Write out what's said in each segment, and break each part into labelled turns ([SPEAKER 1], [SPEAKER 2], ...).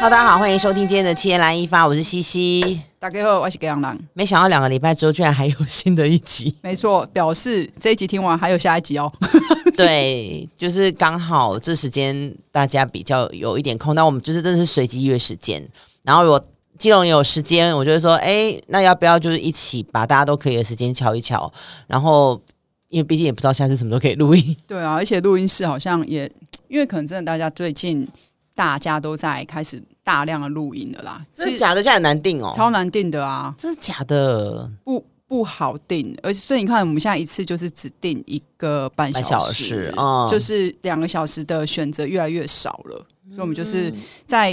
[SPEAKER 1] Hello，大家好，欢迎收听今天的《七言来一发》，我是西西。
[SPEAKER 2] 大家好，我是给阳郎。。
[SPEAKER 1] 没想到两个礼拜之后，居然还有新的一集
[SPEAKER 2] 没错，表示这一集听完还有下一集哦。
[SPEAKER 1] 对，就是刚好这时间大家比较有一点空，但我们就是真的是随机约时间。然后如果基隆有时间，我就会说，哎，那要不要就是一起把大家都可以的时间瞧一瞧？然后因为毕竟也不知道下次什么时候可以录音，
[SPEAKER 2] 对啊，而且录音室好像也，因为可能真的大家最近大家都在开始大量的录音了啦，
[SPEAKER 1] 真的
[SPEAKER 2] 是
[SPEAKER 1] 假的？现在很难定哦，
[SPEAKER 2] 超难定的啊，
[SPEAKER 1] 真的假的？
[SPEAKER 2] 不不好定。而且所以你看，我们现在一次就是只定一个半
[SPEAKER 1] 半
[SPEAKER 2] 小
[SPEAKER 1] 小时嗯
[SPEAKER 2] 就是两个小时的选择越来越少了，所以我们就是在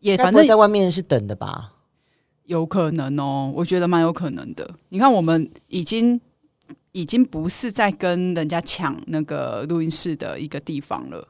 [SPEAKER 2] 也
[SPEAKER 1] 嗯该
[SPEAKER 2] 反
[SPEAKER 1] 不会
[SPEAKER 2] 正
[SPEAKER 1] 在外面是等的吧？
[SPEAKER 2] 有可能哦，我觉得蛮有可能的。你看，我们已经已经不是在跟人家抢那个录音室的一个地方了，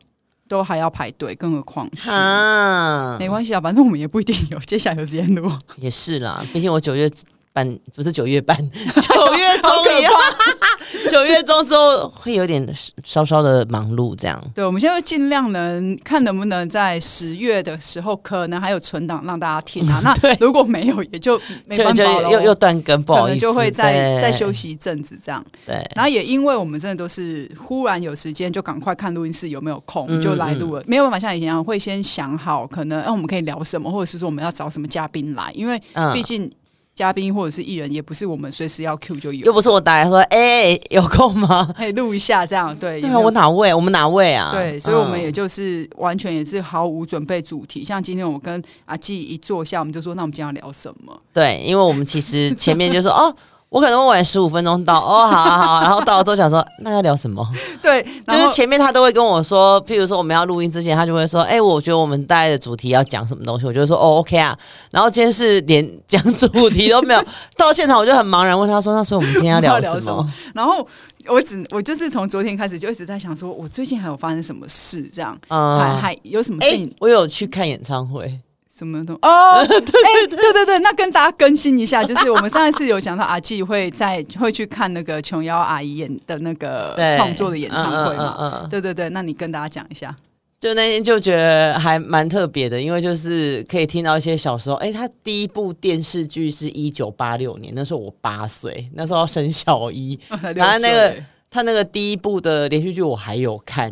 [SPEAKER 2] 都还要排队，更何况是。
[SPEAKER 1] 啊，
[SPEAKER 2] 没关系啊，反正我们也不一定有，接下来有时间录， 好
[SPEAKER 1] 也是啦，毕竟我九月半不是九月 半，九月中
[SPEAKER 2] 可
[SPEAKER 1] 以后，
[SPEAKER 2] 怕。
[SPEAKER 1] 九月中之后会有点稍稍的忙碌这样。
[SPEAKER 2] 对，我们现在就尽量能看能不能在十月的时候，可能还有存档让大家听啊。 那如果没有，也就没
[SPEAKER 1] 就
[SPEAKER 2] 办
[SPEAKER 1] 就
[SPEAKER 2] 法了，
[SPEAKER 1] 又又断更，不
[SPEAKER 2] 可
[SPEAKER 1] 好意
[SPEAKER 2] 能
[SPEAKER 1] 思，
[SPEAKER 2] 就会再
[SPEAKER 1] 对
[SPEAKER 2] 再休。息一阵子这样。
[SPEAKER 1] 对，
[SPEAKER 2] 然后也因为我们真的都是忽然有时间就赶快看录音室有没有空、
[SPEAKER 1] 嗯
[SPEAKER 2] 就来录了，没有办法像以前一样会先想好可能哎、我们可以聊什么，或者是说我们要找什么嘉宾来，因为
[SPEAKER 1] 嗯
[SPEAKER 2] 毕，竟嘉宾或者是艺人也不是我们随时要 Q 就
[SPEAKER 1] 又
[SPEAKER 2] 有，
[SPEAKER 1] 不是我打来说，哎、有空吗？
[SPEAKER 2] 可以录一下这样
[SPEAKER 1] 对
[SPEAKER 2] 对。也
[SPEAKER 1] 啊，
[SPEAKER 2] 没有
[SPEAKER 1] 我哪位？我们哪位啊？
[SPEAKER 2] 对，所以我们
[SPEAKER 1] 嗯
[SPEAKER 2] 也就是完全也是毫无准备主题。像今天我跟阿纪一坐下，我们就说，那我们今天要聊什 么？
[SPEAKER 1] 对，因为我们其实前面就说哦。我可能会晚十五分钟到哦，好好好，然后到了之后想说，那要聊什么？
[SPEAKER 2] 对，
[SPEAKER 1] 就
[SPEAKER 2] 然后
[SPEAKER 1] 是前面他都会跟我说，譬如说我们要录音之前，他就会说：“哎、我觉得我们大概的主题要讲什么东西。”我就会说：“哦，OK 啊。”然后今天是连讲主题都没有， 到现场我就很茫然，问他说：“那所以我们今天要
[SPEAKER 2] 我
[SPEAKER 1] 聊 什
[SPEAKER 2] 们要聊什
[SPEAKER 1] 么
[SPEAKER 2] 么然后我只我就是从昨天开始就一直在想说，我最近还有发生什么事这样。？”还
[SPEAKER 1] 嗯，
[SPEAKER 2] 还有什么
[SPEAKER 1] 哎、
[SPEAKER 2] 事情、
[SPEAKER 1] 我有去看演唱会，
[SPEAKER 2] 什么东 哦？对对对、对对对，那跟大家更新一下，就是我们上一次有讲到阿纪会在会去看那个琼瑶阿姨演的那个
[SPEAKER 1] 对，
[SPEAKER 2] 呃创作的演唱会嘛？
[SPEAKER 1] 嗯嗯嗯嗯
[SPEAKER 2] 对对对，那你跟大家讲一下。
[SPEAKER 1] 就那天就觉得还蛮特别的，因为就是可以听到一些小时候，哎、他第一部电视剧是一九八六年，那时候我八岁，那时候要升小一，然后那
[SPEAKER 2] 六
[SPEAKER 1] 个
[SPEAKER 2] 岁
[SPEAKER 1] 他那个第一部的连续剧我还有看，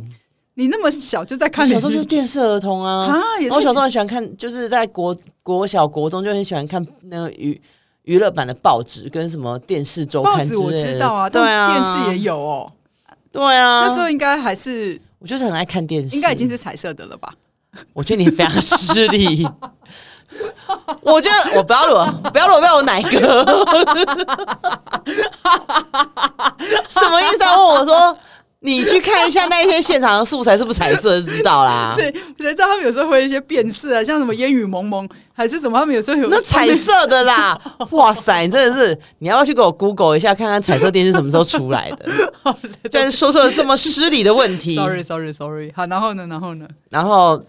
[SPEAKER 2] 你那么小就在看
[SPEAKER 1] 小
[SPEAKER 2] 连
[SPEAKER 1] 时候
[SPEAKER 2] 续
[SPEAKER 1] 就
[SPEAKER 2] 剧
[SPEAKER 1] 电视儿童啊，
[SPEAKER 2] 啊，也
[SPEAKER 1] 然后我小时
[SPEAKER 2] 说
[SPEAKER 1] 候很喜欢看，就是在国国小国中就很喜欢看那个娱娱乐版的报纸跟什么电视周
[SPEAKER 2] 报
[SPEAKER 1] 刊之
[SPEAKER 2] 纸
[SPEAKER 1] 类的。
[SPEAKER 2] 我知道啊，
[SPEAKER 1] 对啊，
[SPEAKER 2] 但电视也有哦。
[SPEAKER 1] 对啊。
[SPEAKER 2] 那时候应该还是
[SPEAKER 1] 我就是很爱看电视，
[SPEAKER 2] 应该已经是彩色的了吧？
[SPEAKER 1] 我觉得你非常失 礼。我觉得我不要裸，不要裸，不要我奶哥。什么意思？他啊问我说：“你去看一下那一天现场的素材是不是彩色，就知道啦。
[SPEAKER 2] 对，我才知道他们有时候会有一些变式啊，像什么烟雨蒙蒙还是什么，他们有时候有
[SPEAKER 1] 那彩色的啦，哇塞，你真的是，你要不要去给我 Google 一下，看看彩色电视什么时候出来的？居然说出了这么失礼的问题，
[SPEAKER 2] Sorry, sorry, sorry。好，然后呢？然后呢？
[SPEAKER 1] 然后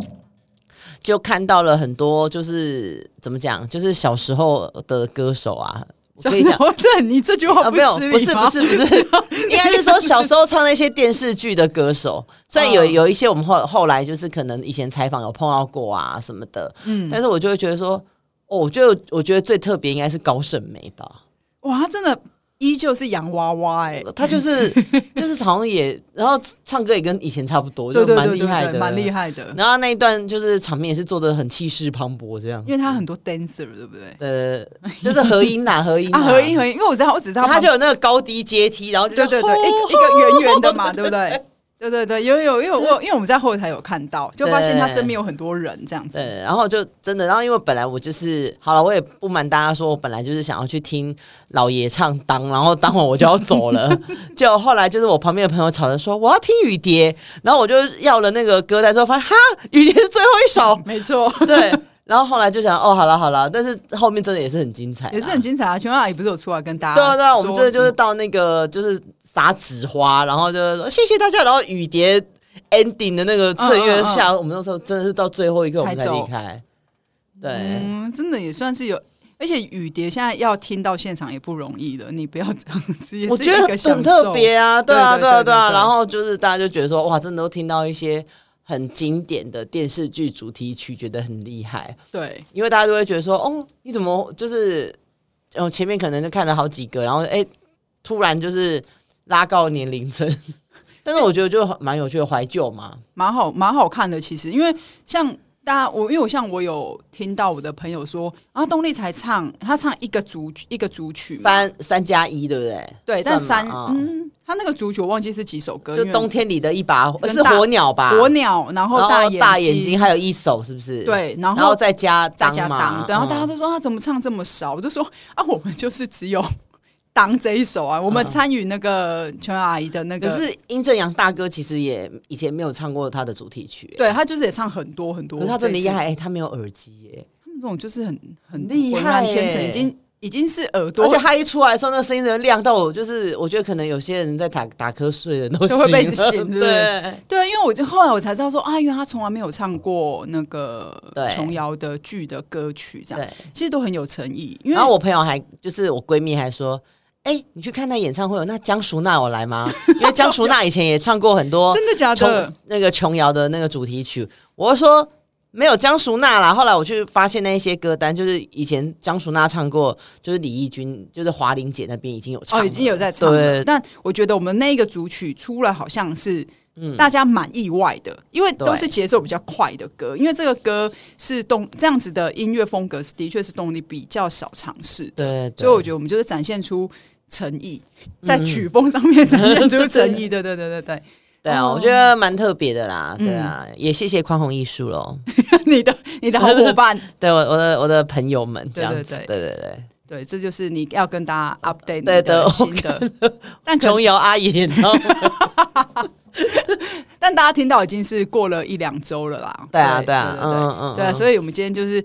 [SPEAKER 1] 就看到了很多，就是怎么讲，就是小时候的歌手啊，我跟你讲。
[SPEAKER 2] 我这你这句话
[SPEAKER 1] 啊，
[SPEAKER 2] 哦不
[SPEAKER 1] 没有，
[SPEAKER 2] 失
[SPEAKER 1] 不
[SPEAKER 2] 礼
[SPEAKER 1] 是
[SPEAKER 2] 吗
[SPEAKER 1] 不是不是， 应该是说小时候唱那些电视剧的歌手，虽然有
[SPEAKER 2] 嗯
[SPEAKER 1] 有一些我们后后来就是可能以前采访有碰到过啊什么的，
[SPEAKER 2] 嗯，
[SPEAKER 1] 但是我就会觉得说，哦，我觉得我觉得最特别应该是高胜美吧，
[SPEAKER 2] 哇，他真的依旧是洋娃娃哎、
[SPEAKER 1] 他就是 就是好像也，然后唱歌也跟以前差不多，
[SPEAKER 2] 对
[SPEAKER 1] 就
[SPEAKER 2] 对
[SPEAKER 1] 蛮
[SPEAKER 2] 对
[SPEAKER 1] 厉害
[SPEAKER 2] 对
[SPEAKER 1] 的，
[SPEAKER 2] 对，蛮厉。害的，
[SPEAKER 1] 然后那一段就是场面也是做的很气势磅礴，这样
[SPEAKER 2] 因为他很多 dancer 对不对？
[SPEAKER 1] 呃就是合音呐，合音
[SPEAKER 2] 啊，
[SPEAKER 1] 呐
[SPEAKER 2] 合音合音，因为我知道我只知道
[SPEAKER 1] 然后他
[SPEAKER 2] 旁
[SPEAKER 1] 就哦有那个高低阶梯，然后就
[SPEAKER 2] 对对对哎一个一个圆圆的嘛，对不对？对对对，有有，因为我因为我们在后台有看到，就发现他身边有很多人这样子。
[SPEAKER 1] 对，然后就真的，然后因为本来我就是好了，我也不瞒大家说，我本来就是想要去听老爷唱当，然后当晚我就要走 了，就后来就是我旁边的朋友吵着说我要听雨蝶，然后我就要了那个歌单之后发现哈雨蝶是最后一首，
[SPEAKER 2] 没错，
[SPEAKER 1] 对，然后后来就想，哦，好了好了，但是后面真的也是很精彩啦，
[SPEAKER 2] 也是很精彩啊！琼瑶阿姨不是有出来跟大家
[SPEAKER 1] 对啊对啊，我
[SPEAKER 2] 说
[SPEAKER 1] 们这就是
[SPEAKER 2] 什么
[SPEAKER 1] 到那个就是撒纸花，然后就是说谢谢大家，然后雨蝶 ending 的那个岁
[SPEAKER 2] 嗯
[SPEAKER 1] 月下，我们那时候真的是到最后一个我们才
[SPEAKER 2] 才
[SPEAKER 1] 离
[SPEAKER 2] 走
[SPEAKER 1] 开，对。
[SPEAKER 2] 嗯，真的也算是有。而且雨蝶现在要听到现场也不容易了，你不要这样子，也
[SPEAKER 1] 我
[SPEAKER 2] 是
[SPEAKER 1] 觉
[SPEAKER 2] 一
[SPEAKER 1] 得
[SPEAKER 2] 个
[SPEAKER 1] 很
[SPEAKER 2] 享
[SPEAKER 1] 特
[SPEAKER 2] 受
[SPEAKER 1] 别啊，对啊，对
[SPEAKER 2] 对对
[SPEAKER 1] 啊，
[SPEAKER 2] 对
[SPEAKER 1] 对啊。
[SPEAKER 2] 对对
[SPEAKER 1] 然后就是大家就觉得说，哇，真的都听到一些很经典的电视剧主题曲，觉得很厉害，
[SPEAKER 2] 对，
[SPEAKER 1] 因为大家都会觉得说，哦，你怎么就是，哦，前面可能就看了好几个，然后哎，突然就是拉高年龄层， 但是我觉得就蛮有趣的，怀旧嘛，
[SPEAKER 2] 蛮好蛮好看的。其实，因为像大家，我因为我像我有听到我的朋友说啊，动力才唱他唱一个组一个组曲嘛，
[SPEAKER 1] 三三加一，对不对？
[SPEAKER 2] 对，但
[SPEAKER 1] 算
[SPEAKER 2] 三
[SPEAKER 1] 嘛啊
[SPEAKER 2] 嗯，他那个组曲我忘记是几首歌，
[SPEAKER 1] 就
[SPEAKER 2] 因为
[SPEAKER 1] 冬天里的一把火
[SPEAKER 2] 跟
[SPEAKER 1] 是
[SPEAKER 2] 大
[SPEAKER 1] 火鸟吧？
[SPEAKER 2] 火鸟，然后
[SPEAKER 1] 然后
[SPEAKER 2] 眼
[SPEAKER 1] 大眼睛，还有一手，是不是？。
[SPEAKER 2] 对，然
[SPEAKER 1] 然后
[SPEAKER 2] 后
[SPEAKER 1] 再加
[SPEAKER 2] 再
[SPEAKER 1] 当
[SPEAKER 2] 加
[SPEAKER 1] 嘛
[SPEAKER 2] 当，然后大家
[SPEAKER 1] 嗯
[SPEAKER 2] 都说他怎么唱这么少？我就说啊，我们就是只有 当这一首啊，我们
[SPEAKER 1] 嗯
[SPEAKER 2] 参与那个全阿姨的那
[SPEAKER 1] 可
[SPEAKER 2] 个，
[SPEAKER 1] 是殷正阳大哥其实也以前没有唱过他的主题曲，
[SPEAKER 2] 对他就是也唱很多很多，
[SPEAKER 1] 可是他真的厉
[SPEAKER 2] 这一次
[SPEAKER 1] 害，哎、他没有耳机耶，
[SPEAKER 2] 他们这种就是很很
[SPEAKER 1] 厉
[SPEAKER 2] 浑然
[SPEAKER 1] 害
[SPEAKER 2] 天成，
[SPEAKER 1] 耶
[SPEAKER 2] 已经已经是耳朵
[SPEAKER 1] 而且他一出来的时候，那个声音真的亮到我，就是我觉得可能有些人在打打瞌睡的都
[SPEAKER 2] 都 会被
[SPEAKER 1] 醒
[SPEAKER 2] 醒对不对
[SPEAKER 1] 了
[SPEAKER 2] 对，因为我就后来我才知道说啊，原来他从来没有唱过那个
[SPEAKER 1] 对
[SPEAKER 2] 琼瑶的剧的歌曲，这
[SPEAKER 1] 对
[SPEAKER 2] 样
[SPEAKER 1] 对。
[SPEAKER 2] 其实都很有诚意。因为
[SPEAKER 1] 然后我朋友还就是我闺蜜还说。哎、你去看他演唱会哦？那江淑娜我来吗？因为江淑娜以前也唱过很多
[SPEAKER 2] 真的假的
[SPEAKER 1] 琼？那个琼瑶的那个主题曲，我说没有江淑娜啦。后来我去发现那一些歌单，就是以前江淑娜唱过，就是李翊君，就是华玲姐那边已经有唱
[SPEAKER 2] 哦，
[SPEAKER 1] 了，
[SPEAKER 2] 已经有在唱了。
[SPEAKER 1] 对
[SPEAKER 2] 但我觉得我们那一个组曲出来好像是
[SPEAKER 1] 嗯
[SPEAKER 2] 大家蛮意外的，因为都
[SPEAKER 1] 对
[SPEAKER 2] 是节奏比较快的歌。因为这个歌是动这样子的音乐风格，是的确是动力比较少尝试。
[SPEAKER 1] 对，嗯
[SPEAKER 2] 所以我
[SPEAKER 1] 觉
[SPEAKER 2] 觉得我们就是展现出诚意，在曲风上面展现出诚 意。对对对对对，
[SPEAKER 1] 对啊，
[SPEAKER 2] 哦嗯
[SPEAKER 1] 我觉得蛮特别的啦，对啊，也谢谢宽宏艺术喽，
[SPEAKER 2] 你的你的好 伙伴，
[SPEAKER 1] 对我我的我的朋友们这样子，
[SPEAKER 2] 对对
[SPEAKER 1] 对对对，
[SPEAKER 2] 对，这就是你要跟大家 update 你
[SPEAKER 1] 对的
[SPEAKER 2] 的
[SPEAKER 1] 我
[SPEAKER 2] 新的。但可
[SPEAKER 1] 琼瑶阿姨演唱会，
[SPEAKER 2] 但大家听到已经是过了一两周了啦。
[SPEAKER 1] 对啊对啊，
[SPEAKER 2] 对对对
[SPEAKER 1] 嗯嗯，
[SPEAKER 2] 对啊，
[SPEAKER 1] 以
[SPEAKER 2] 所以我们今天就是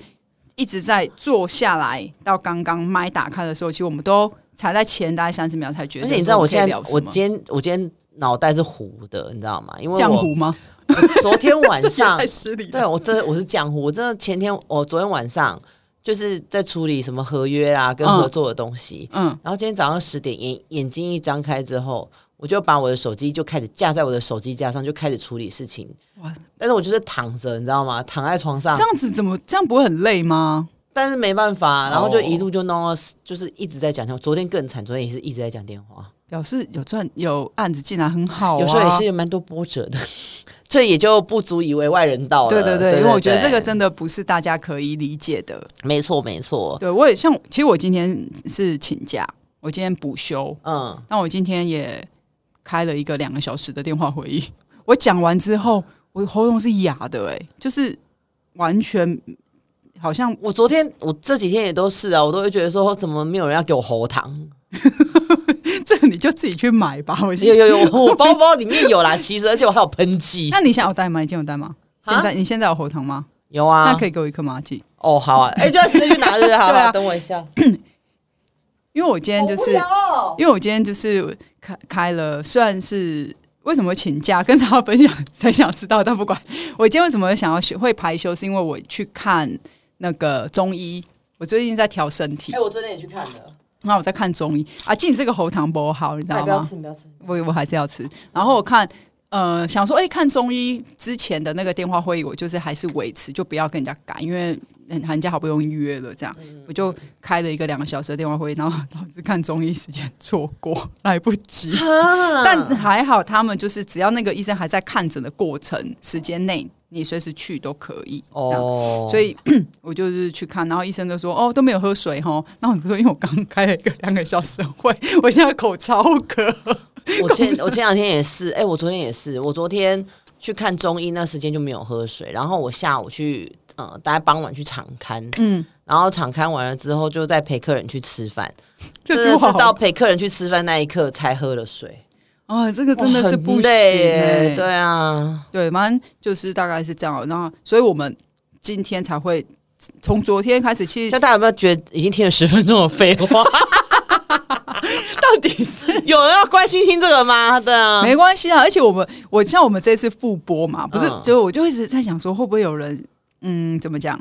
[SPEAKER 2] 一直在坐下来到刚刚麦打开的时候，其实我们都才在前大概三十秒才觉得。
[SPEAKER 1] 而且你知道我现在
[SPEAKER 2] 聊什
[SPEAKER 1] 我
[SPEAKER 2] 么
[SPEAKER 1] 今天我今天脑袋是糊的，你知道吗？因为
[SPEAKER 2] 浆
[SPEAKER 1] 我
[SPEAKER 2] 糊吗？
[SPEAKER 1] 我昨天晚
[SPEAKER 2] 这也
[SPEAKER 1] 上
[SPEAKER 2] 太失礼
[SPEAKER 1] 对
[SPEAKER 2] 了。
[SPEAKER 1] 我真我是浆糊，我真的前天我昨天晚上就是在处理什么合约啊跟
[SPEAKER 2] 嗯
[SPEAKER 1] 合作的东西，
[SPEAKER 2] 嗯，
[SPEAKER 1] 然后今天早上十点眼眼睛一张开之后，我就把我的手机就开始架在我的手机架上，就开始处理事情。
[SPEAKER 2] 哇
[SPEAKER 1] 但是我就是躺着，你知道吗？躺在床上
[SPEAKER 2] 这，样子怎么这样不会很累吗？
[SPEAKER 1] 但是没办法，然后就
[SPEAKER 2] 哦
[SPEAKER 1] 一路就弄到，就是一直在讲电话。昨天更惨，昨天也是一直在讲电话，
[SPEAKER 2] 表示有赚有案子进来很好、啊，
[SPEAKER 1] 有时候也是有蛮多波折的， 这也就不足以为外人道了。
[SPEAKER 2] 对对
[SPEAKER 1] 对
[SPEAKER 2] 对，因为我觉得这个
[SPEAKER 1] 对
[SPEAKER 2] 真的不是大家可以理解的。
[SPEAKER 1] 没错没错，
[SPEAKER 2] 对我也像，其实我今天是请假，我今天补休，
[SPEAKER 1] 嗯，
[SPEAKER 2] 但我今天也开了一个两个小时的电话会议。 我讲完之后，我喉咙是哑的、欸，就是完全好像
[SPEAKER 1] 我昨天我这几天也都是啊，我都会觉得说怎么没有人要给我喉糖。
[SPEAKER 2] 这个你就自己去买吧。我
[SPEAKER 1] 有有有，我包包里面有 啦，其实而且我还有喷剂。
[SPEAKER 2] 那你现在有带吗？你今天有带吗？
[SPEAKER 1] 啊
[SPEAKER 2] 现在你现在有喉糖吗？
[SPEAKER 1] 有啊，
[SPEAKER 2] 那可以给我一颗吗？记，
[SPEAKER 1] 哦，好啊，哎、就要直接去拿 着，好
[SPEAKER 2] 对啊
[SPEAKER 1] 吧？等我一下，
[SPEAKER 2] 因为我今天就是，因为我今天就是开开了，虽然是为什么请假跟大家分享，谁想知道？但不管我今天为什么想要学会排休，是因为我去看那个中医，我最近在调身体
[SPEAKER 1] 哎、。我昨天也去看了，
[SPEAKER 2] 那我在看中医啊，进这个喉糖不好，你知
[SPEAKER 1] 哎
[SPEAKER 2] 道
[SPEAKER 1] 不要
[SPEAKER 2] 吗？
[SPEAKER 1] 吃，不要吃。
[SPEAKER 2] 我我还是要吃。然后我看，呃，想说，哎、看中医之前的那个电话会议，我就是还是维持，就不要跟人家改，因为人人家好不容易约了，这样
[SPEAKER 1] 嗯
[SPEAKER 2] 我就开了一个两个小时的电话会议，然后导致看中医时间错过， 来不及。
[SPEAKER 1] 啊
[SPEAKER 2] 但还好，他们就是只要那个医生还在看诊的过程时间内，你随时去都可以。这样
[SPEAKER 1] 哦，
[SPEAKER 2] 所以 我就是去看，然后医生就说：“哦，都没有喝水哈。”然后我就说：“因为我刚开了一个两个小时的会， 我现在口超渴。
[SPEAKER 1] 我前我前两天也是，哎、我昨天也是，我昨天去看中医那时间就没有喝水，然后我下午去，呃，大概傍晚去场刊，”
[SPEAKER 2] 嗯，
[SPEAKER 1] 然后场刊完了之后，就再陪客人去吃 饭，
[SPEAKER 2] 这
[SPEAKER 1] 真
[SPEAKER 2] 句
[SPEAKER 1] 的
[SPEAKER 2] 话
[SPEAKER 1] 是
[SPEAKER 2] 好
[SPEAKER 1] 到陪客人去吃饭那一刻才喝了水，
[SPEAKER 2] 啊、这个真的
[SPEAKER 1] 哇
[SPEAKER 2] 是
[SPEAKER 1] 很
[SPEAKER 2] 不行、
[SPEAKER 1] 累耶
[SPEAKER 2] 欸。
[SPEAKER 1] 对啊，
[SPEAKER 2] 对，反正就是大概是这样。然后，所以我们今天才会从昨天开始，其实
[SPEAKER 1] 像大家有没有觉得已经听了十分钟的废 话？
[SPEAKER 2] 到底是
[SPEAKER 1] 有人要关心听这个吗？对啊，
[SPEAKER 2] 没关系啊。而且我们，我像我们这次复播嘛，不是，
[SPEAKER 1] 嗯
[SPEAKER 2] 就我就一直在想说，会不会有人，嗯，怎么讲？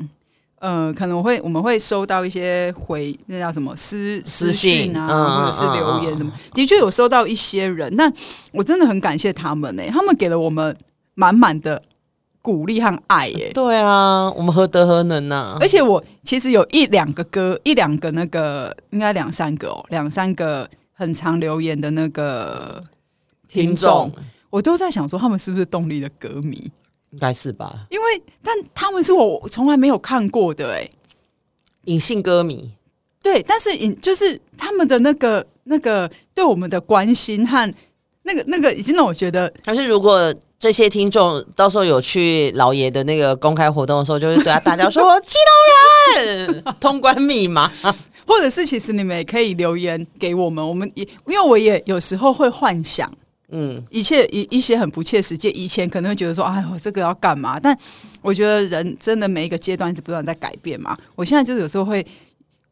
[SPEAKER 2] 呃，可能会我们会收到一些回那叫什么私
[SPEAKER 1] 私信
[SPEAKER 2] 讯啊，
[SPEAKER 1] 嗯
[SPEAKER 2] 或者是留言
[SPEAKER 1] 嗯嗯
[SPEAKER 2] 什么。的确有收到欸一些人，那我真的很感谢他们呢、他们给了我们满满的鼓励和爱耶、
[SPEAKER 1] 对啊，我们何德何能啊呐、
[SPEAKER 2] 而且我其实有一两个歌，一两个那个，应该两三个哦，两三个很常留言的那个听众，我都在想说他们是不是动力的歌迷？
[SPEAKER 1] 应该是吧？
[SPEAKER 2] 因为但他们是我从来没有看过的哎、
[SPEAKER 1] 隐性歌迷，
[SPEAKER 2] 对，但是引就是他们的那个那个对我们的关心和那个那个已经让我觉得
[SPEAKER 1] 但是如果这些听众到时候有去老爷的那个公开活动的时候，就是对他大叫说“激动人”，通关密 码。
[SPEAKER 2] 或者是其实你们也可以留言给我们，我们也因为我也有时候会幻想
[SPEAKER 1] 嗯，
[SPEAKER 2] 一切一一些很不切实际，以前可能会觉得说，哎呦这个要干嘛？但我觉得人真的每一个阶段一直不断在改变嘛。我现在就是有时候会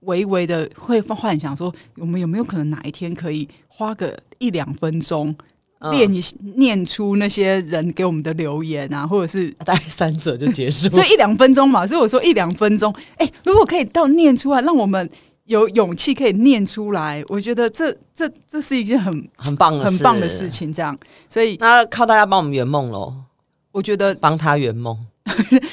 [SPEAKER 2] 微微的会幻想说，我们有没有可能哪一天可以花个一两分钟
[SPEAKER 1] 嗯
[SPEAKER 2] 念一、念出那些人给我们的留言啊，或者是
[SPEAKER 1] 大概三折就结束。
[SPEAKER 2] 所以一两分钟嘛，所以我说一两分钟。哎、如果可以到念出来，让我们有勇气可以念出来，我觉得这这这是一件很
[SPEAKER 1] 很棒的
[SPEAKER 2] 很棒的事。情。这样，所以
[SPEAKER 1] 那靠大家帮我们圆梦喽，
[SPEAKER 2] 我觉得
[SPEAKER 1] 帮他圆梦。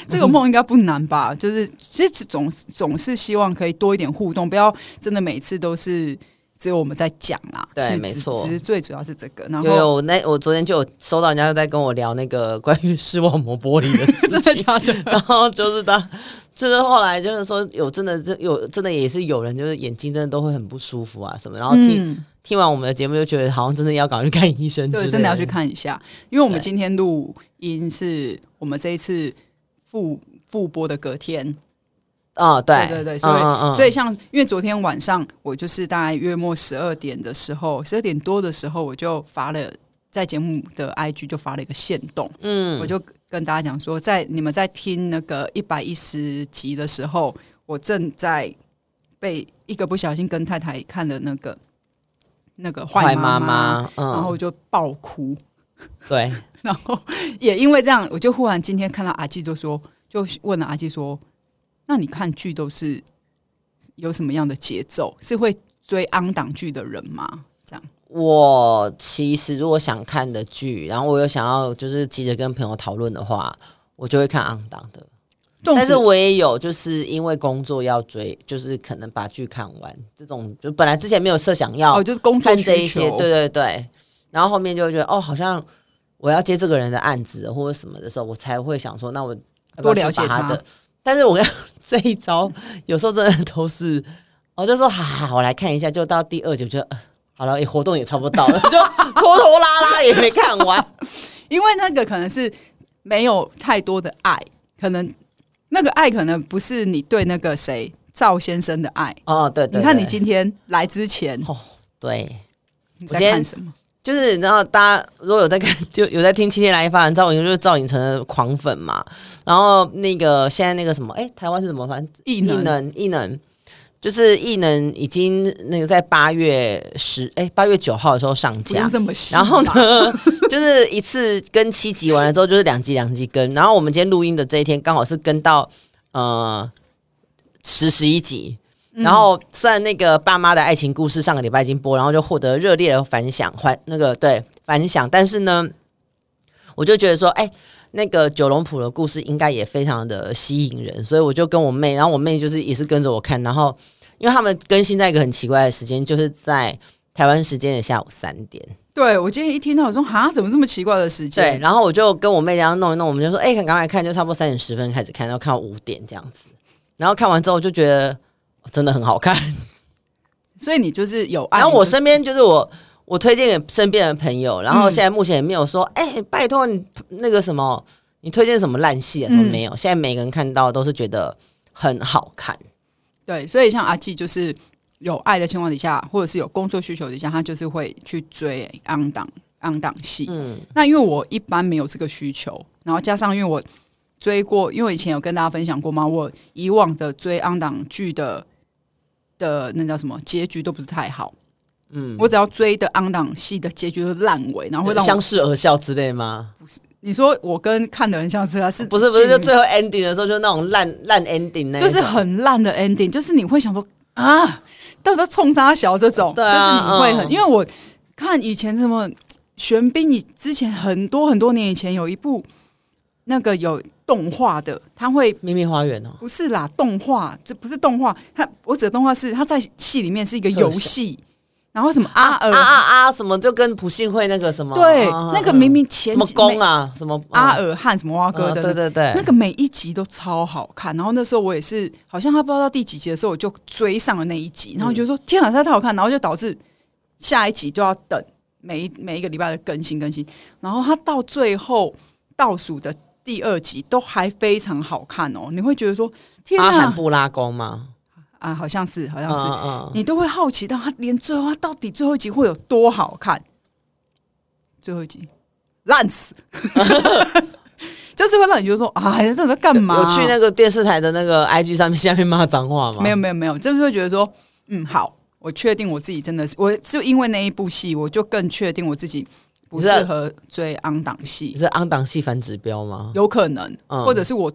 [SPEAKER 2] 这个梦应该不难吧？就是其实总总是希望可以多一点互动，不要真的每次都是只有我们在讲啦。
[SPEAKER 1] 对
[SPEAKER 2] 其实只
[SPEAKER 1] 没错
[SPEAKER 2] 只是最主要是这个。然
[SPEAKER 1] 有
[SPEAKER 2] 后
[SPEAKER 1] 有，那我昨天就有收到人家在跟我聊那个关于视网膜玻璃的 事
[SPEAKER 2] 真的
[SPEAKER 1] 情，
[SPEAKER 2] 假的？
[SPEAKER 1] 然后就是当就是后来就是说有真的这有真的也是有人就是眼睛真的都会很不舒服啊什么，然后听、
[SPEAKER 2] 嗯，
[SPEAKER 1] 听完我们的节目就觉得好像真的要赶快去看医生，
[SPEAKER 2] 对，真的要去。看一下，因为我们
[SPEAKER 1] 对
[SPEAKER 2] 今天录音是我们这一次复复播的隔天。
[SPEAKER 1] 哦，对
[SPEAKER 2] 对对对，所以、
[SPEAKER 1] 嗯嗯嗯
[SPEAKER 2] 所以像因为昨天晚上我就是大概约莫十二点的时候，十二点多的时候我就发了在节目的 IG 就发了一个线动，
[SPEAKER 1] 嗯
[SPEAKER 2] 我就跟大家讲说，在你们在听那个一百一十集的时候，我正在被一个不小心跟太太看了那个那个坏妈
[SPEAKER 1] 妈
[SPEAKER 2] 妈，，
[SPEAKER 1] 嗯，
[SPEAKER 2] 然后我就爆哭，
[SPEAKER 1] 对，
[SPEAKER 2] 然后也因为这样，我就忽然今天看到阿纪，就说，就问了阿纪说：“那你看剧都是有什么样的节奏？是会追昂档剧的人吗？”这样，
[SPEAKER 1] 我其实如果想看的剧，然后我有想要就是急着跟朋友讨论的话，我就会看昂档的。但
[SPEAKER 2] 但
[SPEAKER 1] 是我也有就是因为工作要追，就是可能把剧看完这种，就本来之前没有设想要
[SPEAKER 2] 哦，就是工作
[SPEAKER 1] 看这
[SPEAKER 2] 需
[SPEAKER 1] 一些，
[SPEAKER 2] 求，
[SPEAKER 1] 对对对，然后后面就会觉得哦，好像我要接这个人的案子或者什么的时候，我才会想说，那我要不要
[SPEAKER 2] 多了解
[SPEAKER 1] 去把他
[SPEAKER 2] 他
[SPEAKER 1] 的。但是我跟这一招有时候真的都是，我就说好好好，我来看一下，就到第二集，我觉得、呃 好了，也活动也差不多到了，就拖拖拉拉也没看完。
[SPEAKER 2] 因为那个可能是没有太多的爱，可能那个爱可能不是你对那个谁赵先生的爱。
[SPEAKER 1] 哦，对对
[SPEAKER 2] 你看你
[SPEAKER 1] 对
[SPEAKER 2] 今天来之前
[SPEAKER 1] 哦对。
[SPEAKER 2] 你在
[SPEAKER 1] 今天
[SPEAKER 2] 看什么？
[SPEAKER 1] 就是你知道，大家如果有在看，就有在听《七天来一发》，你知道我就是赵寅成的狂粉嘛。然后那个现在那个什么，哎、台湾是什么？反正
[SPEAKER 2] 异能
[SPEAKER 1] 能异能，就是异能已经那个在八月十，哎，八月九号的时候上
[SPEAKER 2] 不
[SPEAKER 1] 架
[SPEAKER 2] 用。这么细吧。
[SPEAKER 1] 然后呢，就是一次跟七集完了之后，就是两集两集跟。然后我们今天录音的这一天，刚好是跟到呃十十一集。然后虽然那个爸妈的爱情故事上个礼拜已经播，然后就获得热烈的反响，反那个对反响，但是呢，我就觉得说，哎、那个九龙埔的故事应该也非常的吸引人，所以我就跟我妹，然后我妹就是也是跟着我看，然后因为他们更新在一个很奇怪的时间，就是在台湾时间的下午三点。
[SPEAKER 2] 对我今天一听到我说哈，怎么这么奇怪的时
[SPEAKER 1] 对，
[SPEAKER 2] 间？
[SPEAKER 1] 然后我就跟我妹这样弄一弄，我们就说，哎、赶快看，就差不多三点十分开始看，然后看到五点这样子。然后看完之后就觉得真的很好 看。
[SPEAKER 2] 所以你就是有爱。
[SPEAKER 1] 然后
[SPEAKER 2] 你
[SPEAKER 1] 我
[SPEAKER 2] 就
[SPEAKER 1] 身边就是我，我推荐给身边的朋友，然
[SPEAKER 2] 嗯
[SPEAKER 1] 后现在目前也没有说，哎、拜托你那个什么，你推荐什么烂戏啊？什么
[SPEAKER 2] 嗯
[SPEAKER 1] 没有？现在每个人看到都是觉得很好看。
[SPEAKER 2] 对，所以像阿纪就是有爱的情况底下，或者是有工作需求底下，他就是会去追昂档昂档戏。
[SPEAKER 1] 嗯，
[SPEAKER 2] 那因为我一般没有这个需求，然后加上因为我追过，因为我以前有跟大家分享过嘛，我以往的追昂档剧的的那叫什么结局都不是太好。嗯，我只要追的昂档戏的结局都是烂尾，啊然后会让
[SPEAKER 1] 相
[SPEAKER 2] 我
[SPEAKER 1] 视而笑之类吗？
[SPEAKER 2] 你说我跟看的人像是他啊是
[SPEAKER 1] 不是不是，
[SPEAKER 2] 剧名
[SPEAKER 1] 就最后 ending 的时候就那种烂烂 ending 那一
[SPEAKER 2] 呃就是
[SPEAKER 1] 种
[SPEAKER 2] 很烂的 ending，就是你会想说啊，到底在冲啥小这种，
[SPEAKER 1] 对啊
[SPEAKER 2] 就是你会很，
[SPEAKER 1] 嗯
[SPEAKER 2] 因为我看以前什么玄彬，你之前很多很多年以前有一部那个有动画的，它会
[SPEAKER 1] 秘密花园哦，
[SPEAKER 2] 不是啦，动画这不是动画，它我指的动画是它在戏里面是一个游戏，然后什么阿尔、
[SPEAKER 1] 啊啊啊，什么就跟普信会那个什么，
[SPEAKER 2] 呃对，
[SPEAKER 1] 啊
[SPEAKER 2] 那个明明前
[SPEAKER 1] 什么
[SPEAKER 2] 几
[SPEAKER 1] 宫啊，什么
[SPEAKER 2] 阿尔汉什么蛙啊哥
[SPEAKER 1] 嗯
[SPEAKER 2] 的、
[SPEAKER 1] 对对对，
[SPEAKER 2] 那个每一集都超好看，然后那时候我也是，好像他不知道到第几集的时候，我就追上了那一集，
[SPEAKER 1] 嗯
[SPEAKER 2] 然后就说、天哪，实在太好看，然后就导致下一集都要等每一每一个礼拜的更新更新，然后他到最后倒数的第二集都还非常好看哦，你会觉得说天
[SPEAKER 1] 阿罕
[SPEAKER 2] 哪
[SPEAKER 1] 布拉宫嘛，
[SPEAKER 2] 啊，好像是好像是，
[SPEAKER 1] 嗯嗯，
[SPEAKER 2] 你都会好奇到他连最后他到底最后一集会有多好看？最后一集烂 死， 就是会让你觉得说，哎呀，这个干嘛？
[SPEAKER 1] 有去那个电视台的那个 IG 上面下面骂脏话吗？
[SPEAKER 2] 没有，没有没有，就是会觉得说，嗯，好，我确定我自己真的是，我就因为那一部戏，我就更确定我自己不
[SPEAKER 1] 你知道
[SPEAKER 2] 适合追昂档戏，
[SPEAKER 1] 是昂档戏反指标吗？
[SPEAKER 2] 有可能，
[SPEAKER 1] 嗯
[SPEAKER 2] 或者是我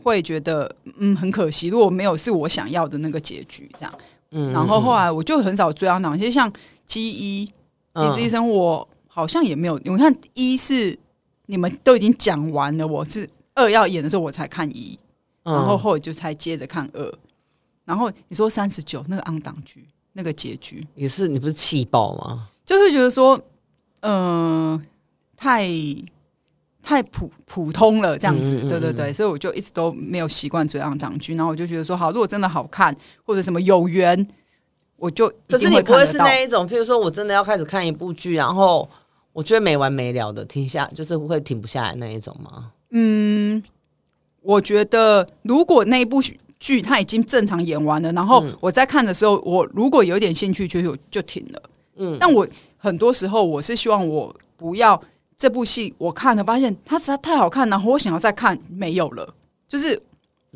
[SPEAKER 2] 会觉得，嗯，很可惜，如果没有是我想要的那个结局，这样。
[SPEAKER 1] 嗯
[SPEAKER 2] 然后后来我就很少追昂档，其实像《基一》《
[SPEAKER 1] 嗯
[SPEAKER 2] 机智医生》，我好像也没有。你看一是你们都已经讲完了，我是二要演的时候我才看一，
[SPEAKER 1] 嗯
[SPEAKER 2] 然后后来就才接着看二。然后你说三十九那个昂档剧那个结局，
[SPEAKER 1] 也是你不是气爆吗？
[SPEAKER 2] 就是觉得说，呃，太太普普通了这样子，
[SPEAKER 1] 嗯嗯嗯
[SPEAKER 2] 对对对，所以我就一直都没有习惯追昂档剧，然后我就觉得说，好，如果真的好看或者什么有缘，我就一
[SPEAKER 1] 可是
[SPEAKER 2] 定
[SPEAKER 1] 你
[SPEAKER 2] 会
[SPEAKER 1] 不
[SPEAKER 2] 看
[SPEAKER 1] 会
[SPEAKER 2] 得
[SPEAKER 1] 是
[SPEAKER 2] 到。
[SPEAKER 1] 那一种，譬如说我真的要开始看一部剧，然后我觉得没完没了的停下，就是会停不下来那一种吗？
[SPEAKER 2] 我觉得如果那一部剧它已经正常演完了，然后我在看的时候，我如果有点兴趣就有就停了。嗯，但我很多时候我是希望我不要这部戏我看了发现它实在太好看，然后我想要再看没有了，就是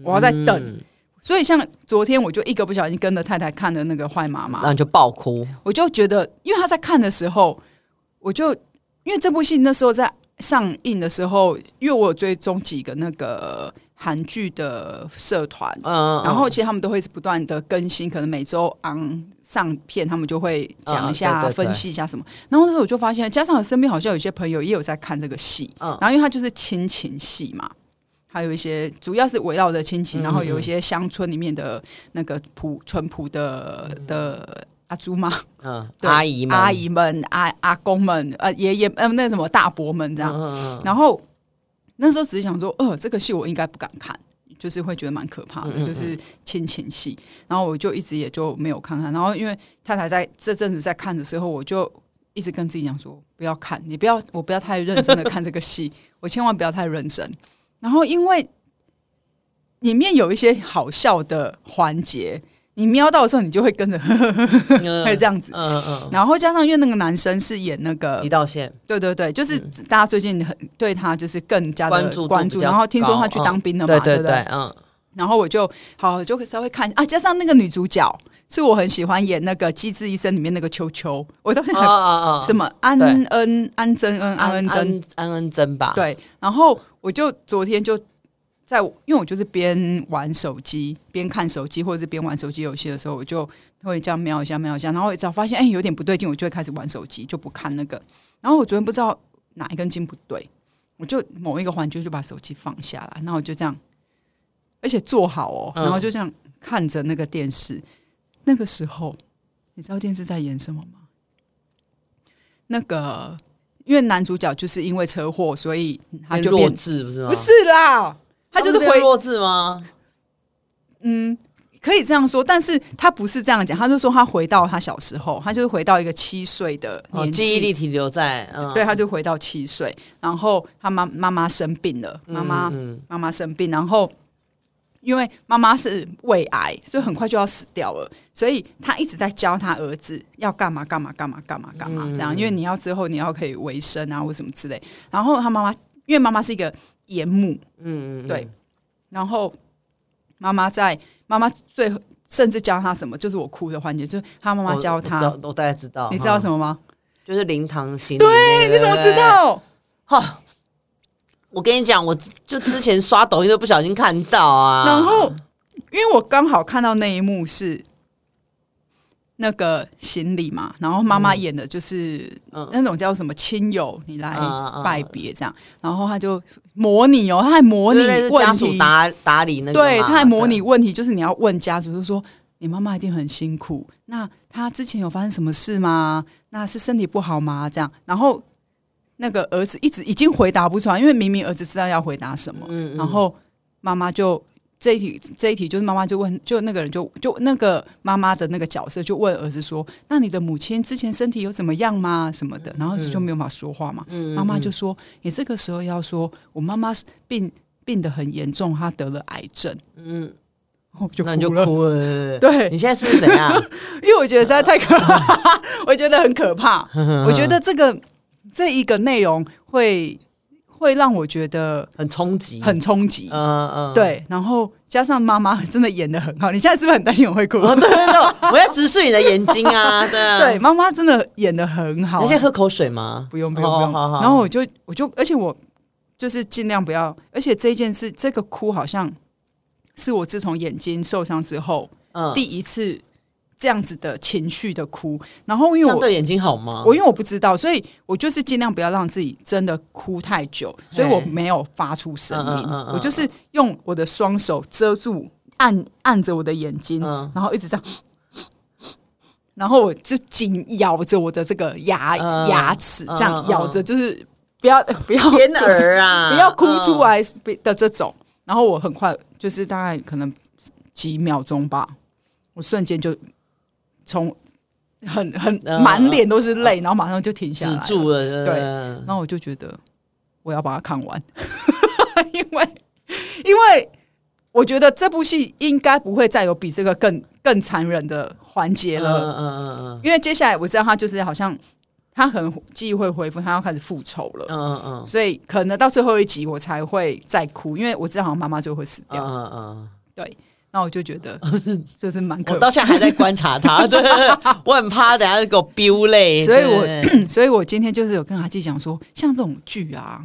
[SPEAKER 2] 我要再等。所以像昨天我就一个不小心跟着太太看了那个坏妈妈
[SPEAKER 1] 然后，你就爆哭。
[SPEAKER 2] 我就觉得，因为他在看的时候，我就因为这部戏那时候在上映的时候，因为我有追踪几个那个韩剧的社团，
[SPEAKER 1] 嗯，嗯
[SPEAKER 2] 然后其实他们都会是不断的更新，可能每周昂上片，他们就会讲一
[SPEAKER 1] 嗯
[SPEAKER 2] 下、
[SPEAKER 1] 对对对
[SPEAKER 2] 分析一下什么。然后那时候我就发现，加上我身边好像有一些朋友也有在看这个戏，
[SPEAKER 1] 嗯
[SPEAKER 2] 然后因为它就是亲情戏嘛。还有一些，主要是围绕着亲
[SPEAKER 1] 嗯
[SPEAKER 2] 情，然后有一些乡村里面的那个朴淳朴的的阿朱妈，
[SPEAKER 1] 嗯，
[SPEAKER 2] 对
[SPEAKER 1] 阿姨们，
[SPEAKER 2] 阿，姨们、阿阿公们、呃爷爷呃那什么大伯们这样。
[SPEAKER 1] 嗯嗯
[SPEAKER 2] 然后那时候只是想说，呃，这个戏我应该不敢看，就是会觉得蛮可怕的，
[SPEAKER 1] 嗯嗯嗯
[SPEAKER 2] 就是亲情戏。然后我就一直也就没有看看。然后因为太太在这阵子在看的时候，我就一直跟自己讲说，不要看，你不要，我不要太认真的看这个戏， 我千万不要太认真。然后因为里面有一些好笑的环节，你瞄到的时候，你就会跟着呵呵呵呵
[SPEAKER 1] 嗯嗯
[SPEAKER 2] 会这样子。
[SPEAKER 1] 嗯嗯
[SPEAKER 2] 然后加上因为那个男生是演那
[SPEAKER 1] 嗯，
[SPEAKER 2] 个
[SPEAKER 1] 一，道线，
[SPEAKER 2] 对对对，就是大家最近很对他就是更加的
[SPEAKER 1] 关注度
[SPEAKER 2] 呃关
[SPEAKER 1] 比
[SPEAKER 2] 注，
[SPEAKER 1] 较
[SPEAKER 2] 然后听说他
[SPEAKER 1] 高
[SPEAKER 2] 去
[SPEAKER 1] 嗯
[SPEAKER 2] 当兵了嘛，
[SPEAKER 1] 对
[SPEAKER 2] 对不
[SPEAKER 1] 对，嗯，
[SPEAKER 2] 然后我就好就稍微看啊，加上那个女主角是我很喜欢演那个《机智医生》里面那个秋秋，我都很
[SPEAKER 1] 啊啊 啊，
[SPEAKER 2] 什
[SPEAKER 1] 么
[SPEAKER 2] 么安
[SPEAKER 1] 对
[SPEAKER 2] 恩安真恩安恩真，
[SPEAKER 1] 安恩珍吧？，
[SPEAKER 2] 对，然后我就昨天就在，因为我就是边玩手机边看手机，或者是边玩手机游戏的时候，我就会这样瞄一下瞄一下，然后只要发现哎、有点不对劲，我就会开始玩手机，就不看那个。然后我昨天不知道哪一根筋不对，我就某一个环节就把手机放下来，然后我就这样，而且坐好哦，
[SPEAKER 1] 嗯
[SPEAKER 2] 然后就这样看着那个电视。那个时候，你知道电视在演什么吗？那个，因为男主角就是因为车祸，所以他就
[SPEAKER 1] 弱
[SPEAKER 2] 变
[SPEAKER 1] 智不是吗？
[SPEAKER 2] 不是啦，他就是
[SPEAKER 1] 变
[SPEAKER 2] 回
[SPEAKER 1] 弱智吗？
[SPEAKER 2] 嗯，可以这样说，但是他不是这样讲，他就说他回到他小时候，他就是回到一个七岁的
[SPEAKER 1] 哦，
[SPEAKER 2] 年
[SPEAKER 1] 记忆
[SPEAKER 2] 纪。
[SPEAKER 1] 力停留在，嗯，
[SPEAKER 2] 对，他就回到七岁，然后他妈妈妈生病了，
[SPEAKER 1] 嗯，
[SPEAKER 2] 妈妈
[SPEAKER 1] 嗯
[SPEAKER 2] 妈妈生病，然后因为妈妈是胃癌，所以很快就要死掉了，所以他一直在教他儿子要干嘛干嘛干嘛干嘛干嘛
[SPEAKER 1] 嗯
[SPEAKER 2] 这样，因为你要之后你要可以维生啊或什么之类。然后他妈妈，因为妈妈是一个严母，
[SPEAKER 1] 嗯嗯，
[SPEAKER 2] 对然后妈妈在妈妈最后甚至教他什么，就是我哭的环节，就是他妈
[SPEAKER 1] 我，
[SPEAKER 2] 妈教
[SPEAKER 1] 哦我
[SPEAKER 2] 他
[SPEAKER 1] 知，道哦我大概知道，
[SPEAKER 2] 你知道
[SPEAKER 1] 么？
[SPEAKER 2] 什么吗？
[SPEAKER 1] 就是灵堂行李那个。对，
[SPEAKER 2] 你怎么知？道？
[SPEAKER 1] 哈，我跟你讲，我就之前刷抖音都不小心看到啊。
[SPEAKER 2] 然后，因为我刚好看到那一幕是，那个行李嘛，然后妈妈演的就是
[SPEAKER 1] 嗯
[SPEAKER 2] 那种叫什么亲友，你来
[SPEAKER 1] 嗯嗯嗯
[SPEAKER 2] 拜别这样，然后他就模拟哦，他还模拟
[SPEAKER 1] 就类似
[SPEAKER 2] 问
[SPEAKER 1] 家属
[SPEAKER 2] 题，
[SPEAKER 1] 打打理那个嘛，
[SPEAKER 2] 对，他还模拟问题，就是你要问家属，就说你妈妈一定很辛苦，那她之前有发生什么事吗？那是身体不好吗？这样，然后那个儿子一直已经回答不出来，因为明明儿子知道要回答什么，
[SPEAKER 1] 嗯，嗯
[SPEAKER 2] 然后妈妈就这一题这一题就是妈妈就问，就那个人就就那个妈妈的那个角色就问儿子说：“那你的母亲之前身体有怎么样吗？什么的？”然后儿子就没有办法说话嘛。
[SPEAKER 1] 嗯
[SPEAKER 2] 妈妈就说：“你这个时候要说，我妈妈是病病得很严重，她得了癌症。”
[SPEAKER 1] 嗯，
[SPEAKER 2] 我就
[SPEAKER 1] 那你就
[SPEAKER 2] 哭了。
[SPEAKER 1] 哭了，对对对
[SPEAKER 2] 对，
[SPEAKER 1] 你现在是怎 样？
[SPEAKER 2] 因为我觉得实在太可怕，我觉得很可怕。
[SPEAKER 1] 嗯
[SPEAKER 2] 我觉得这个这一个内容会会让我觉得
[SPEAKER 1] 很冲击，
[SPEAKER 2] 很冲击。
[SPEAKER 1] 嗯嗯，
[SPEAKER 2] 对，然后加上妈妈真的演的很好，你现在是不是很担心我会哭？
[SPEAKER 1] 哦，对对对，我要直视你的眼睛啊，对啊，
[SPEAKER 2] 对，，妈妈真的演的很好啊
[SPEAKER 1] 那。现在喝口水吗？
[SPEAKER 2] 不用不用不用。
[SPEAKER 1] 哦好好
[SPEAKER 2] 然后我就我就，而且我就是尽量不要，而且这件事这个哭好像是我自从眼睛受伤之后、
[SPEAKER 1] 嗯，
[SPEAKER 2] 第一次这样子的情绪的哭。然后因
[SPEAKER 1] 这
[SPEAKER 2] 为
[SPEAKER 1] 样
[SPEAKER 2] 我
[SPEAKER 1] 对眼睛好吗？
[SPEAKER 2] 我因为我不知道，所以我就是尽量不要让自己真的哭太久，所以我
[SPEAKER 1] 嘿
[SPEAKER 2] 没有发出声音，
[SPEAKER 1] 嗯嗯嗯嗯
[SPEAKER 2] 我就是用我的双手遮住，按按着我的眼睛，
[SPEAKER 1] 嗯
[SPEAKER 2] 然后一直这样。然后我就紧咬着我的这个牙、
[SPEAKER 1] 嗯
[SPEAKER 2] 牙齿，
[SPEAKER 1] 嗯
[SPEAKER 2] 这样
[SPEAKER 1] 嗯
[SPEAKER 2] 咬着，就是不要 不要
[SPEAKER 1] 天嗯儿 啊，
[SPEAKER 2] 不要哭出
[SPEAKER 1] 嗯，
[SPEAKER 2] 来的这种。然后我很快，就是大概可能几秒钟吧，我瞬间就从很很
[SPEAKER 1] 嗯
[SPEAKER 2] 满脸都是泪，然后马上就停下
[SPEAKER 1] 止
[SPEAKER 2] 来了。
[SPEAKER 1] 住了，
[SPEAKER 2] 对
[SPEAKER 1] 对
[SPEAKER 2] 然后我就觉得我要把它看完， 因为因为我觉得这部戏应该不会再有比这个更更残忍的环节
[SPEAKER 1] 嗯
[SPEAKER 2] 了，
[SPEAKER 1] 嗯嗯嗯
[SPEAKER 2] 因为接下来我知道他就是好像他可能记忆会恢复，他要开始复仇了。
[SPEAKER 1] 嗯嗯嗯
[SPEAKER 2] 所以可能到最后一集我才会再哭，因为我知道好像妈妈就会死
[SPEAKER 1] 嗯
[SPEAKER 2] 掉，
[SPEAKER 1] 嗯嗯。
[SPEAKER 2] 那、我就觉 得就是蛮
[SPEAKER 1] 我
[SPEAKER 2] 可怕
[SPEAKER 1] 到。现在还在观察 他，对，我很怕等下就给我飙泪，
[SPEAKER 2] 所以我
[SPEAKER 1] 对 对
[SPEAKER 2] 所以我今天就是有跟阿纪讲说，像这种剧啊，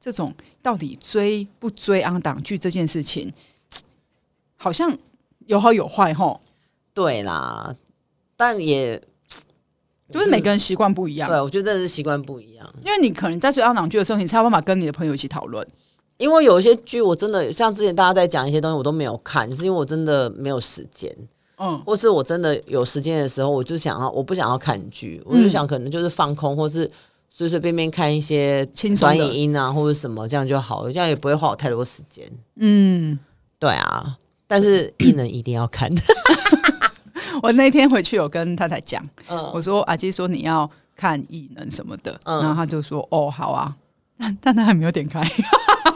[SPEAKER 2] 这种到底追不追昂档剧这件事情，好像有好有坏吼，
[SPEAKER 1] 对啦，但也
[SPEAKER 2] 就是每个人习惯不一样。
[SPEAKER 1] 对我觉得真的是习惯不一样，
[SPEAKER 2] 因为你可能在追昂档剧的时候，你才有办法跟你的朋友一起讨论。
[SPEAKER 1] 因为有一些剧我真的像之前大家在讲一些东西我都没有看，就是因为我真的没有时间，
[SPEAKER 2] 嗯
[SPEAKER 1] 或是我真的有时间的时候，我就想要我不想要看剧，我就想可能就是放空，或是随随便便看一些
[SPEAKER 2] 轻松的
[SPEAKER 1] 短影音啊或者什么，这样就好了，这样也不会花我太多时间。
[SPEAKER 2] 嗯，
[SPEAKER 1] 对啊， 但是异能一定要看，
[SPEAKER 2] 我那天回去有跟太太讲，
[SPEAKER 1] 嗯
[SPEAKER 2] 我说阿基说你要看异能什么的，
[SPEAKER 1] 嗯
[SPEAKER 2] 然后他就说哦好啊，但但他还没有点开。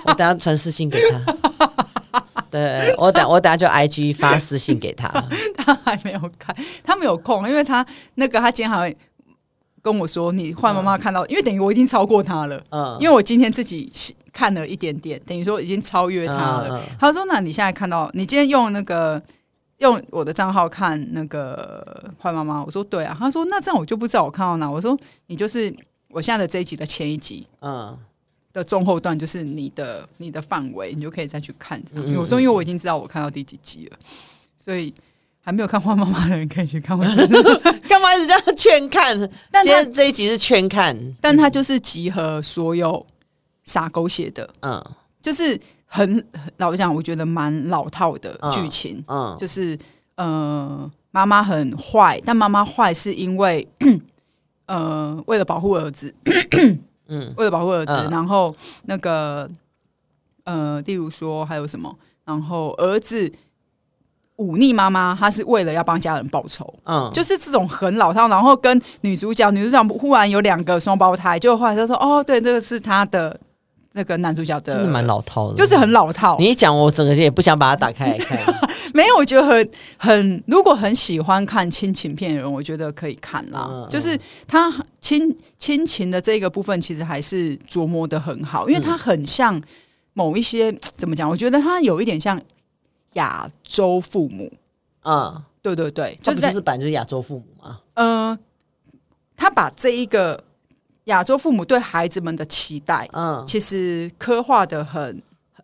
[SPEAKER 1] 我等下传私信给他。 对我等我等下就 IG 发私信给他，
[SPEAKER 2] 他还没有看，他没有空，因为他那个他今天还会跟我说，你换妈妈看到，因为等于我已经超过他了，
[SPEAKER 1] 嗯，
[SPEAKER 2] 因为我今天自己看了一点点，等于说已经超越他了。
[SPEAKER 1] 嗯嗯
[SPEAKER 2] 他说：“那你现在看到，你今天用那个用我的账号看那个坏妈妈？”我说：“对啊。”他说：“那这样我就不知道我看到哪。”我说：“你就是我现在的这一集的前一集。”
[SPEAKER 1] 嗯
[SPEAKER 2] 的中后段就是你的你的范围，你就可以再去看这样。
[SPEAKER 1] 嗯嗯嗯
[SPEAKER 2] 我说，因为我已经知道我看到第几集了，所以还没有看《花妈妈》的人可以去看。我觉得
[SPEAKER 1] 干嘛一直这样劝看？
[SPEAKER 2] 但
[SPEAKER 1] 今
[SPEAKER 2] 他
[SPEAKER 1] 天这一集是劝看，
[SPEAKER 2] 但它就是集合所有傻狗血的，
[SPEAKER 1] 嗯
[SPEAKER 2] 就是很老实讲，我觉得蛮老套的剧情，
[SPEAKER 1] 嗯
[SPEAKER 2] 就是呃，妈妈很坏，但妈妈坏是因为呃，为了保护儿子，
[SPEAKER 1] 嗯
[SPEAKER 2] 为了保护儿子，
[SPEAKER 1] 嗯
[SPEAKER 2] 然后那个呃，例如说还有什么，然后儿子忤逆妈妈，他是为了要帮家人报仇，
[SPEAKER 1] 嗯，
[SPEAKER 2] 就是这种很老套。然后跟女主角，女主角忽然有两个双胞胎，就后来他说：“哦，对，这个是他的那个男主角的，
[SPEAKER 1] 真的蛮，老套的，
[SPEAKER 2] 就是很老套。
[SPEAKER 1] 你一讲，我整个也不想把它打开来 看。
[SPEAKER 2] 没有，我觉得很很，如果很喜欢看亲情片的人，我觉得可以看啦。
[SPEAKER 1] 嗯嗯
[SPEAKER 2] 就是他亲亲情的这个部分，其实还是琢磨的很好，因为它很像某一些怎么讲？我觉得它有一点像亚洲父母，
[SPEAKER 1] 嗯，
[SPEAKER 2] 对对对，
[SPEAKER 1] 就
[SPEAKER 2] 就是是在
[SPEAKER 1] 就是版就是亚洲父母嘛。
[SPEAKER 2] 呃，他把这一个亚洲父母对孩子们的期待，
[SPEAKER 1] 嗯，
[SPEAKER 2] 其实刻画的很，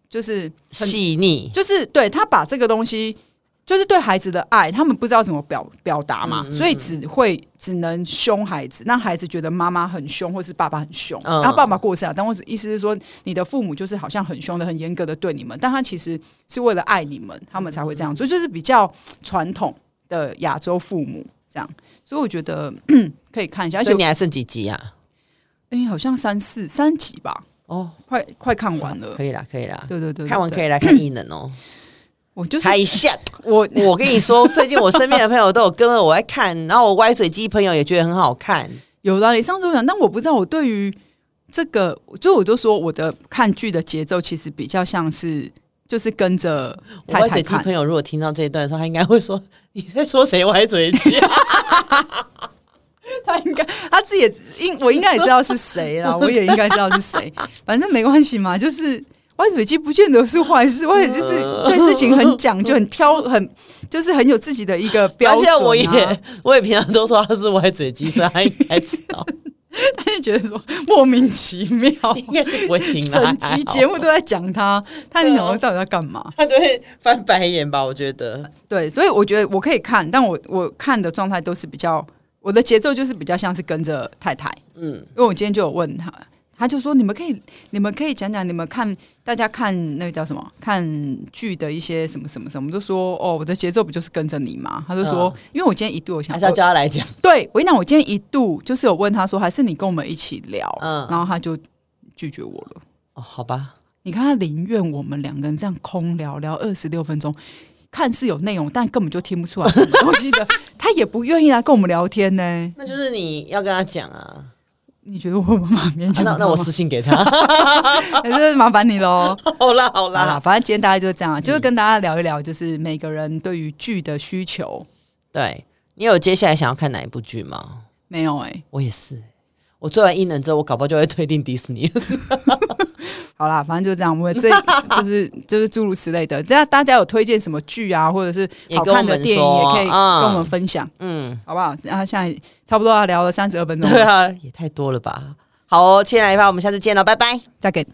[SPEAKER 2] 就是很
[SPEAKER 1] 细腻。
[SPEAKER 2] 就是对他把这个东西就是对孩子的爱，他们不知道怎么表表达嘛，
[SPEAKER 1] 嗯嗯
[SPEAKER 2] 所以只会只能凶孩子，让孩子觉得妈妈很凶，或是爸爸很凶。
[SPEAKER 1] 嗯
[SPEAKER 2] 然后爸爸过世啊，但我只意思是说，你的父母就是好像很凶的、很严格的对你们，但他其实是为了爱你们，他们才会这样做，就是比较传统的亚洲父母这样。所以我觉得可以看一下，而
[SPEAKER 1] 嗯
[SPEAKER 2] 且
[SPEAKER 1] 所以你还剩几集啊？
[SPEAKER 2] 哎、好像三四三集吧，
[SPEAKER 1] 哦，
[SPEAKER 2] 快快看完了。
[SPEAKER 1] 可以啦，可以啦，
[SPEAKER 2] 对对对对
[SPEAKER 1] 嗯看完
[SPEAKER 2] 对
[SPEAKER 1] 可以来看异能 哦，
[SPEAKER 2] 我就是
[SPEAKER 1] 看一下。
[SPEAKER 2] 我
[SPEAKER 1] 我跟你说，最近我身边的朋友都有跟着我在看，然后我歪嘴鸡朋友也觉得很好看。
[SPEAKER 2] 有道理。上次我讲，但我不知道我对于这个，就我就说我的看剧的节奏其实比较像是就是跟着
[SPEAKER 1] 我
[SPEAKER 2] 太
[SPEAKER 1] 歪
[SPEAKER 2] 太
[SPEAKER 1] 嘴鸡
[SPEAKER 2] 看
[SPEAKER 1] 朋。友如果听到这一段的时候，他应该会说：“你在说谁歪嘴鸡、 啊
[SPEAKER 2] 他应该他自己也应我应该也知道是谁 啦，我也应该知道是谁。反正没关系嘛，就是歪嘴鸡不见得是坏事，歪嘴鸡是
[SPEAKER 1] 嗯
[SPEAKER 2] 对事情很讲究、很 挑、很就是很有自己的一个？”标
[SPEAKER 1] 而
[SPEAKER 2] 准、
[SPEAKER 1] 且
[SPEAKER 2] 啊。
[SPEAKER 1] 我也我也平常都说他是歪嘴鸡，所以他应该知 道，
[SPEAKER 2] 他就觉得说莫名其 妙，
[SPEAKER 1] 应该是不会听啦。
[SPEAKER 2] 整集节目都在讲他，他你想说到底在干嘛？
[SPEAKER 1] 他就会翻白眼吧？我觉得
[SPEAKER 2] 对，所以我觉得我可以看，但我我看的状态都是比较，我的节奏就是比较像是跟着太太，嗯，因为我今天就有问他，他就说你们可以，你们可以讲讲你们看大家看那个叫什么看剧的一些什么什么什么，我就说哦，我的节奏不就是跟着你吗？他就说，因为我今天一度我想
[SPEAKER 1] 嗯还是要
[SPEAKER 2] 我
[SPEAKER 1] 叫他来讲。
[SPEAKER 2] 对我跟你讲，我今天一度就是有问他说，还是你跟我们一起聊，
[SPEAKER 1] 嗯
[SPEAKER 2] 然后他就拒绝我了。
[SPEAKER 1] 哦，好吧，
[SPEAKER 2] 你看他宁愿我们两个人这样空聊聊二十六分钟，看似有内容，但根本就听不出来什么 东西的，他也不愿意来跟我们聊天呢。
[SPEAKER 1] 那就是你要跟他讲啊。
[SPEAKER 2] 你觉得我会慢慢勉
[SPEAKER 1] 啊
[SPEAKER 2] 强、
[SPEAKER 1] 那那我 私信给他。
[SPEAKER 2] 还是麻烦你喽。
[SPEAKER 1] 好啦，好嗯
[SPEAKER 2] 好啦，
[SPEAKER 1] 啦，
[SPEAKER 2] 反正今天大概就是这样啊，就是跟大家聊一聊，就是每个人对于剧的需求。
[SPEAKER 1] 对你有接下来想要看哪一部剧吗？
[SPEAKER 2] 没有哎、
[SPEAKER 1] 我也是，我做完异能之后，我搞不好就会推定迪士尼。
[SPEAKER 2] 好啦，反正就这样。我们这 就是就是诸如此类的。这样大家有推荐什么剧啊，或者是
[SPEAKER 1] 也
[SPEAKER 2] 好
[SPEAKER 1] 跟我
[SPEAKER 2] 看的
[SPEAKER 1] 们
[SPEAKER 2] 电影，也
[SPEAKER 1] 说
[SPEAKER 2] 可以
[SPEAKER 1] 嗯
[SPEAKER 2] 跟我们分享，
[SPEAKER 1] 嗯，
[SPEAKER 2] 好不好？然后现在差
[SPEAKER 1] 啊
[SPEAKER 2] 不多要聊了三十二分钟了，
[SPEAKER 1] 对啊，也太多了吧。好哦，七天来一发，我们下次见了，拜拜。
[SPEAKER 2] 再给。